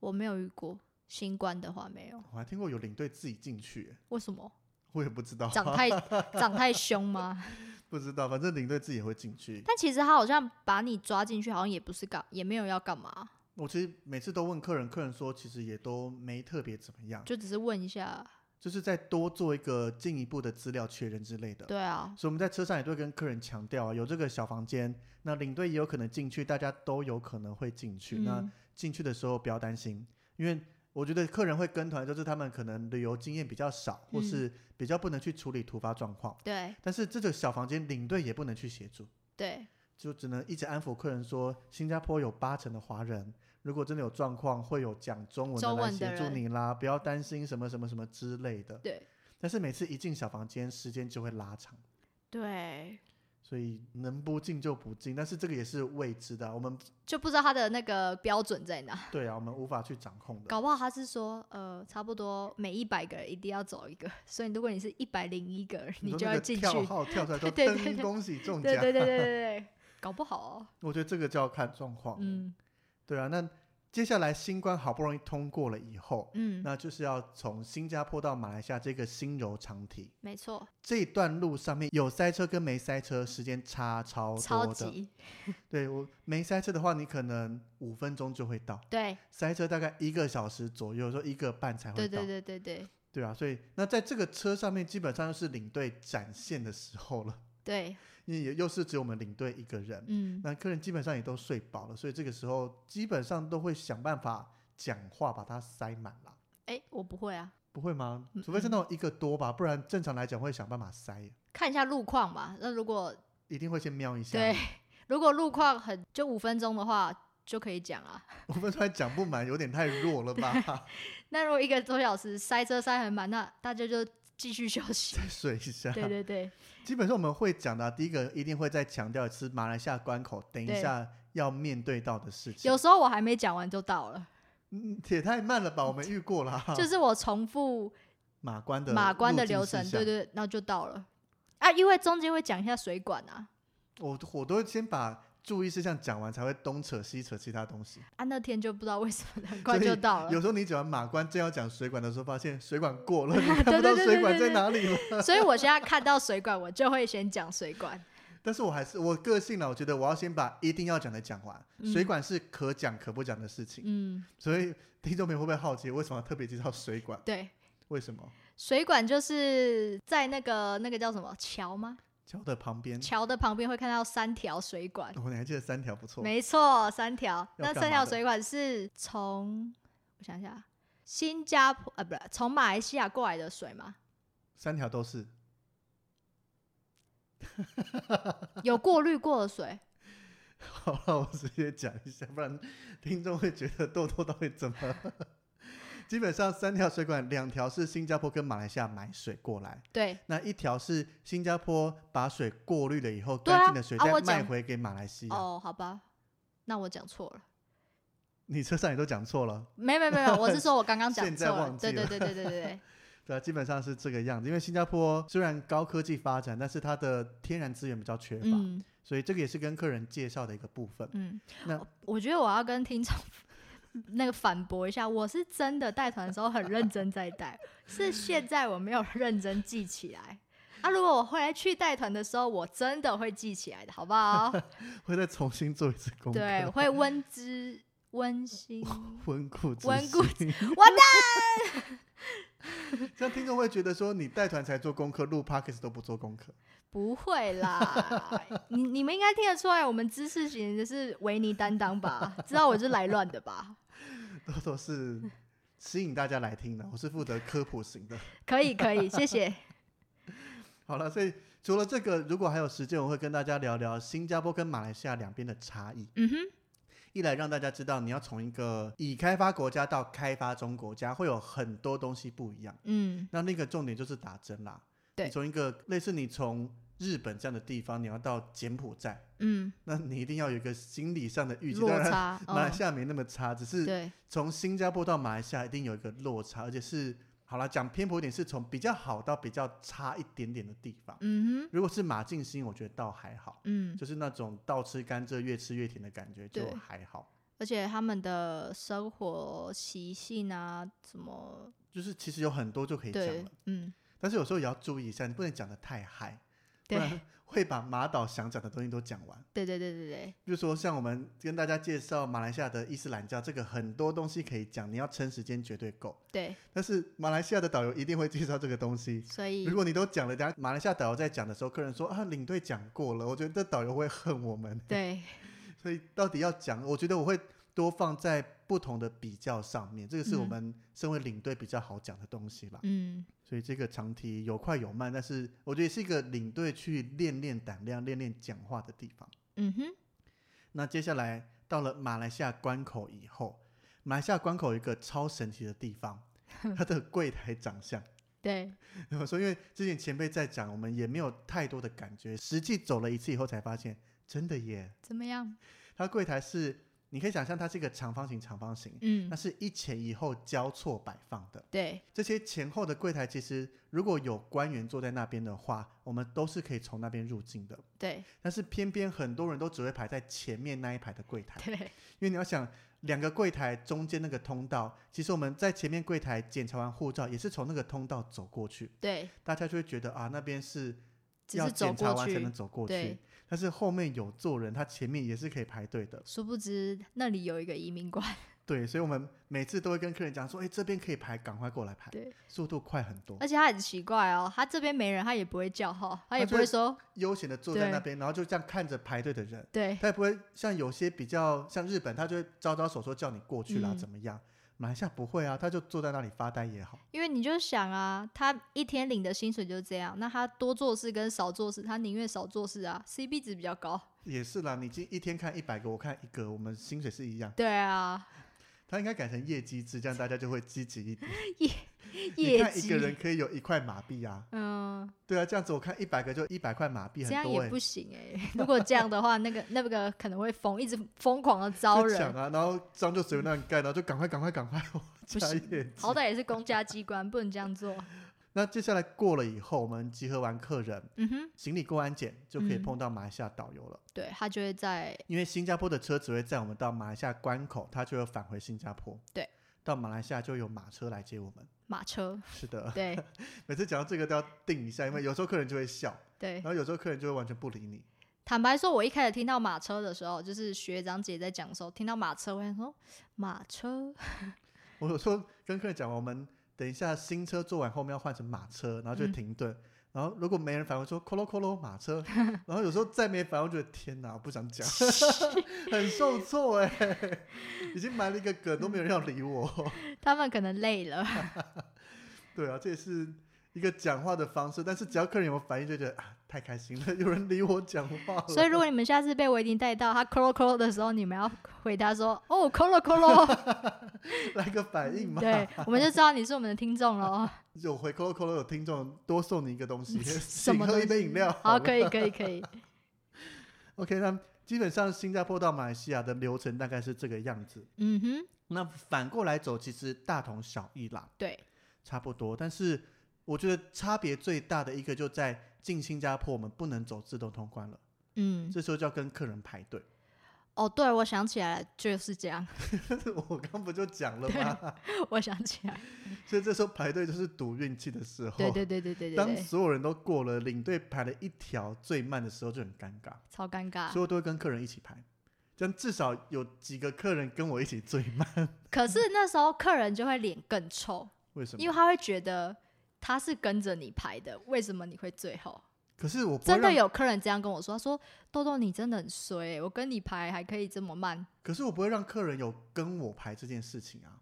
我没有遇过，新冠的话没有，
我还听过有领队自己进去耶，
为 什么？
我也不知道，
长太长太凶吗？
不知道，反正领队自己也会进去。
但其实他好像把你抓进去，好像也不是干，也没有要干嘛，
我其实每次都问客人，客人说其实也都没特别怎么样，
就只是问一下。
就是再多做一个进一步的资料确认之类的。
对啊，
所以我们在车上也都会跟客人强调啊，有这个小房间，那领队也有可能进去，大家都有可能会进去。那
嗯，
进去的时候不要担心，因为我觉得客人会跟团，就是他们可能旅游经验比较少，或
嗯
是比较不能去处理突发状况。
对
但是这个小房间领队也不能去协助，
对，
就只能一直安抚客人说，新加坡有八成的华人，如果真的有状况，会有讲中文的
中
来
文的
协助
人
你啦，不要担心什么什么什么之类的。
对
但是每次一进小房间，时间就会拉长。
对，
所以能不进就不进，但是这个也是未知的啊、我们
就不知道他的那个标准在哪。
对啊，我们无法去掌控的。
搞不好他是说，呃，差不多每一百个人一定要走一个，所以如果你是一百零一个人，
你说
就
那
要
个
进去。
跳号跳出 来说
对对对
噔，
对
恭喜中
对
奖。
对对 对对对，搞不好、哦。
我觉得这个就要看状况。，
嗯
对啊。那接下来新冠好不容易通过了以后，
嗯，
那就是要从新加坡到马来西亚这个新柔长堤
没错，
这一段路上面有塞车跟没塞车时间差超
超
多的。
级
对我没塞车的话，你可能五分钟就会到；
对
塞车大概一个小时左右，说一个半才会到。
对对对对对
对啊，所以那在这个车上面，基本上就是领队展现的时候了。
对，
因为也又是只有我们领队一个人，
嗯，
那客人基本上也都睡饱了，所以这个时候基本上都会想办法讲话把它塞满啦。
哎，我不会啊，
不会吗
嗯？
除非是那种一个多吧，不然正常来讲会想办法塞，
看一下路况吧。那如果
一定会先瞄一下。
对，如果路况很就五分钟的话，就可以讲啊。
我们突然讲不满，有点太弱了吧？
那如果一个多小时塞车塞很满，那大家就继续休息。
再睡一下。
对对 对，
基本上我们会讲的啊、第一个一定会再强调一次马来西亚关口，等一
对
下要面对到的事情
有。时候我还没讲完就到了，
嗯，也太慢了吧，我们遇过了、哈
就是我重复
马关的
马关的
入境
流
事
程，
项
对，对，对然后就到了。啊，因为中间会讲一下水管啊，
我我都会先把注意事项讲完，才会东扯西扯其他东西。
啊，那天就不知道为什么 很快
所以
就到了
有，时候你讲完马关正要讲水管的时候，发现水管过 了，你看
对
不到
对对
水
对
管在
对
哪里了。
所以我现在看到水管，我就会先讲水管。
但是我还是我个性啊呢，我觉得我要先把一定要讲的讲完。
嗯
水管是可讲可不讲的事情，
嗯，
所以听众朋友会不会好奇为什么要特别介绍水管？
对，
为什么？
水管就是在那个那个叫什么桥吗？
桥的旁边，
桥的旁边会看到三条水管，
我、哦、你还记得三条不错，
没错，三条。那
干
三
嘛
条
的
水管是从我想一下，新加坡啊，不是从马来西亚过来的水吗？
三条都是
有过滤过的水，
好了，我直接讲一下，不然听众会觉得豆豆到底怎么了？ 基本上三条水管，两条是新加坡跟马来西亚买水过来，
对
那一条是新加坡把水过滤了以后，
对啊
干净的水
啊
再
我
卖
讲
回给马来西亚。
哦，好吧，那我讲错了。
你车上也都讲错了。
没没没有，我是说我 刚刚讲
现
错
在
了。
忘记
对对
了
对对对 对，
对啊，基本上是这个样子。因为新加坡虽然高科技发展，但是它的天然资源比较缺乏，
嗯
所以这个也是跟客人介绍的一个部分。
嗯
那，
我我觉得我要跟听众 那个反驳一下，我是真的带团的时候很认真在 带，是现在我没有认真记起来。啊，如果我回来去带团的时候，我真的会记起来的，好 不好？
会再重新做一次功课，
对，我会温之温馨。
温故知
温故
新。
完蛋，
这样听众会觉得说你带团才做功课，录 podcast 都不做功课。
不会啦， 你你们应该听得出来，我们知识型的是维尼担当 吧？知道我是来乱的吧？
都都是吸引大家来听的，我是负责科普型的。
可以可以，谢谢。
好了，所以除了这个，如果还有时间，我会跟大家聊聊新加坡跟马来西亚两边的差异。
嗯哼，
一来让大家知道你要从一个已开发国家到开发中国家，会有很多东西不一样。
嗯
那那个重点就是打针啦。
对
你从一个类似你从日本这样的地方，你要到柬埔寨，
嗯，
那你一定要有一个心理上的预期。
落
当然，
差，
马来
嗯
西亚没那么差，只是
对，
从新加坡到马来西亚一定有一个落差，而且是好了，讲偏颇一点，是从比较好到比较差一点点的地方。
嗯哼，
如果是马静心，我觉得倒还好，
嗯，
就是那种倒吃甘蔗越吃越甜的感觉就
对
还好。
而且他们的生活习性啊，什么，
就是其实有很多就可以讲
对
了，，
嗯，
但是有时候也要注意一下，你不能讲的太嗨，不
对，
然会把马岛想讲的东西都讲完。
对对对对对，
比如说像我们跟大家介绍马来西亚的伊斯兰教，这个很多东西可以讲，你要撑时间绝对够。
对，
但是马来西亚的导游一定会介绍这个东西。
所以
如果你都讲了，等下马来西亚导游在讲的时候，客人说啊，领队讲过了，我觉得这导游会恨我们。
对，
所以到底要讲，我觉得我会多放在不同的比较上面，这个是我
嗯
们身为领队比较好讲的东西啦。
嗯，
所以这个长题有快有慢，但是我觉得是一个领队去练练胆量、练练讲话的地方。
嗯哼，
那接下来到了马来西亚关口以后，马来西亚关口有一个超神奇的地方，它的柜台长相。
对，
我说，因为之前前辈在讲，我们也没有太多的感觉，实际走了一次以后才发现，真的耶，
怎么样？
它柜台是你可以想象它是一个长方形，长方形，
嗯
那，是一前一后交错摆放的。
对，
这些前后的柜台，其实如果有官员坐在那边的话，我们都是可以从那边入境的。
对，
但是偏偏很多人都只会排在前面那一排的柜台，
对，
因为你要想，两个柜台中间那个通道，其实我们在前面柜台检查完护照，也是从那个通道走过去，
对，
大家就会觉得啊，那边是
只
要
是走
检查
过
完才
去
能，走过去
对。，
但是后面有坐人，他前面也是可以排队的。
殊不知那里有一个移民官，
对，所以我们每次都会跟客人讲说，哎、这边可以排，赶快过来排，
对，
速度快很多。
而且他很奇怪哦，他这边没人，他也不会叫号，
啊
他也不会说
悠闲的坐在
对
那边，然后就这样看着排队的人，
对，
他也不会像有些比较像日本，他就会招招手说叫你过去啦，
嗯
怎么样？马来西亚不会啊，他就坐在那里发呆也好。
因为你就想啊，他一天领的薪水就是这样，那他多做事跟少做事，他宁愿少做事啊，CP 值比较高。
也是啦，你今一天看一百个，我看一个，我们薪水是一样。
对啊，
他应该改成业绩制，这样大家就会积极一点。你
业
看一个
绩，
人可以有一块马币啊，
嗯，
对啊，这样子我看一百个就一百块马币，
这
很
样
多
也
哎、
不行哎、 如果这样的话，那个那个可能会疯，一直疯狂的招
就抢
人，
啊，然后章就随便乱盖，然后就赶快赶快赶快
不
加
行
业绩。
好歹也是公家机关，不能这样做。
那接下来过了以后，我们集合完客人，
嗯哼，
行李过安检就可以
嗯
碰到马来西亚导游了。
对他就会在
因为新加坡的车只会载我们到马来西亚关口，他就会返回新加坡。
对，
到马来西亚就有马车来接我们。
马车，
是的，
对
每次讲到这个都要定一下，
嗯
因为有时候客人就会笑，
对
然。后有时候客人就会完全不理你。
坦白说，我一开始听到马车的时候，就是学长姐在讲的时候，听到马车，我想说马车，
我有时候跟客人讲，我们等一下新车做完后面要换成马车，然后就会
嗯
停顿。然后如果没人反应，我说 “colo colo 马车”， 然后有时候再没反应，我觉得天哪，我不想 讲，很受挫哎、已经埋了一个梗，都没有人要理我。
他们可能累了。
对啊，这也是一个讲话的方式，但是只要客人有反应，就觉得啊太开心了，有人理我讲话了。
所以如果你们下次被维丁带到他 colo colo 的时候，你们要回答说哦 colo colo，
来个反应嘛，
嗯对，我们就知道你是我们的听众了。哦
有回 Coco Coco 有听众多送你一个东西，
什
请
么
喝
东
一杯饮料好
好，
了。
可以可以可以，
OK，那基本上新加坡到马来西亚的流程大概是这个样子。
嗯哼，
那反过来走，其实大同小异啦，
对，
差不多。但是我觉得差别最大的一个就在进新加坡，我们不能走自动通关了，
嗯，
这时候就要跟客人排 队。
哦，对，我想起来了，就是这样，
我刚不就讲了吗？
我想起来，
所以这时候排队就是赌运气的时候。
对对对对对对
当
对，
所有人都过了，领队排了一条最慢的时候就很尴尬，
超尴尬
所以。我都会跟客人一起排，这样至少有几个客人跟我一起最慢。
可是那时候客人就会脸更臭，
为什
因为
么？
他会觉得他是跟着你排的，为什么你会最后？
可是我不会
真的
让，
有客人这样跟我说，他说：“豆豆，你真的很衰、欸我跟你排还可以这么慢。
可是我不会让客人有跟我排这件事情啊，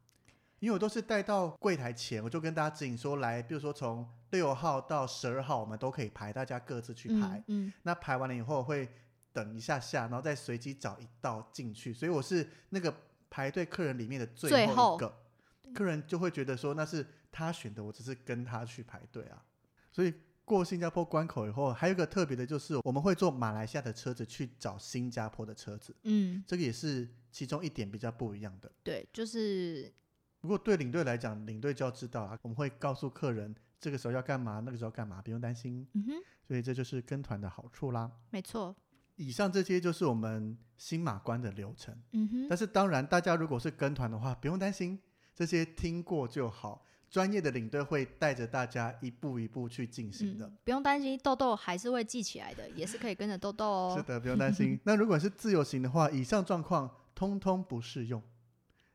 因为我都是带到柜台前，我就跟大家指引说来，比如说从六号到十二号我们都可以排，大家各自去排。
嗯”嗯
那排完了以后会等一下下，然后再随机找一道进去，所以我是那个排队客人里面的最
最
后
后嗯
一个，客人就会觉得说那是他选的，我只是跟他去排队啊。所以过新加坡关口以后，还有一个特别的就是我们会坐马来西亚的车子去找新加坡的车子，
嗯，
这个也是其中一点比较不一样的。
对，就是
不过对领队来讲，领队就要知道啊，我们会告诉客人这个时候要干嘛，那个时候干嘛，不用担心。
嗯哼，
所以这就是跟团的好处啦。
没错，
以上这些就是我们新马关的流程。
嗯哼，
但是当然，大家如果是跟团的话，不用担心，这些听过就好。专业的领队会带着大家一步一步去进行的。
嗯，不用担心，豆豆还是会记起来的，也是可以跟着豆豆
是
哦。
的，不用担心。那如果是自由行的话，以上状况通通不适用，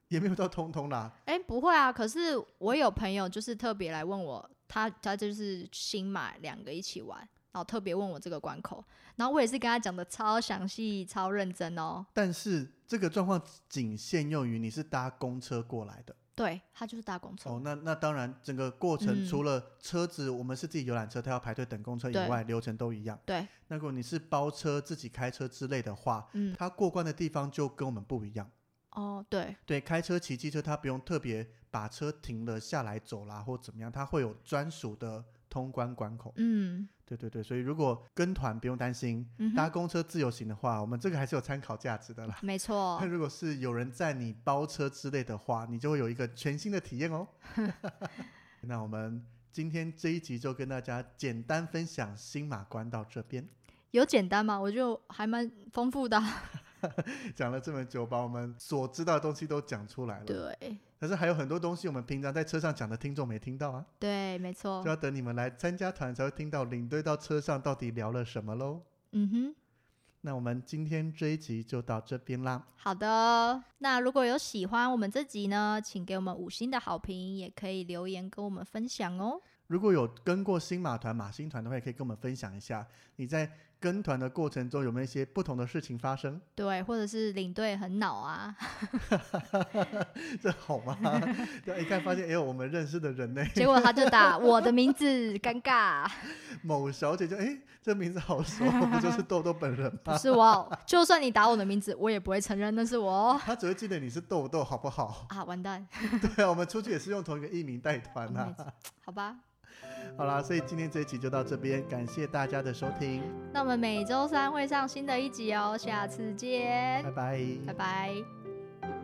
也没有到通通啦。
哎、不会啊，可是我有朋友就是特别来问我，他他就是新买两个一起玩，然后特别问我这个关口，然后我也是跟他讲的超详细、超认真哦。
但是这个状况仅限用于你是搭公车过来的
对他就是搭公车，
哦。那那当然，整个过程
嗯
除了车子我们是自己游览车，它要排队等公车以
对
外，流程都一样。
对，
那如果你是包车、自己开车之类的话，
嗯，
它过关的地方就跟我们不一样。
哦，对，
对，开车、骑机车，它不用特别把车停了下来走啦，或怎么样，它会有专属的通关关口。
嗯，
对对对，所以如果跟团不用担心，
嗯
搭
哼，
公车自由行的话，我们这个还是有参考价值的啦。
没错
那，如果是有人载你包车之类的话，你就会有一个全新的体验哦。 那我们今天这一集就跟大家简单分享新马关到这边，
有简单吗？我就还蛮丰 富的啊，
讲了这么久，把我们所知道的东西都讲出来了。
对，
但是还有很多东西我们平常在车上讲的，听众没听到啊。
对，没错
就，要等你们来参加团才会听到领队到车上到底聊了什么喽。
嗯哼，
那我们今天这一集就到这边啦。
好的，那如果有喜欢我们这集呢，请给我们五星的好评，也可以留言跟我们分享哦。
如果有跟过新马团、马新团的话，也可以跟我们分享一下，你在跟团的过程中有没有一些不同的事情发生？
对，或者是领队很恼啊，
这好吗？对，一看发现，哎呦，我们认识的人呢，
结果他就打我的名字，尴尬，
某小姐就，哎，这名字好熟，不就是豆豆本人
不
吗？
是我哦，就算你打我的名字，我也不会承认那是我哦
她只会记得你是豆豆，好不好？
啊，完蛋，
对啊，我们出去也是用同一个艺名带团呐、啊。
好吧，
好啦，所以今天这一集就到这边，感谢大家的收听，
那我 们每周三会上新的一集哦，下次见
拜，拜
拜拜。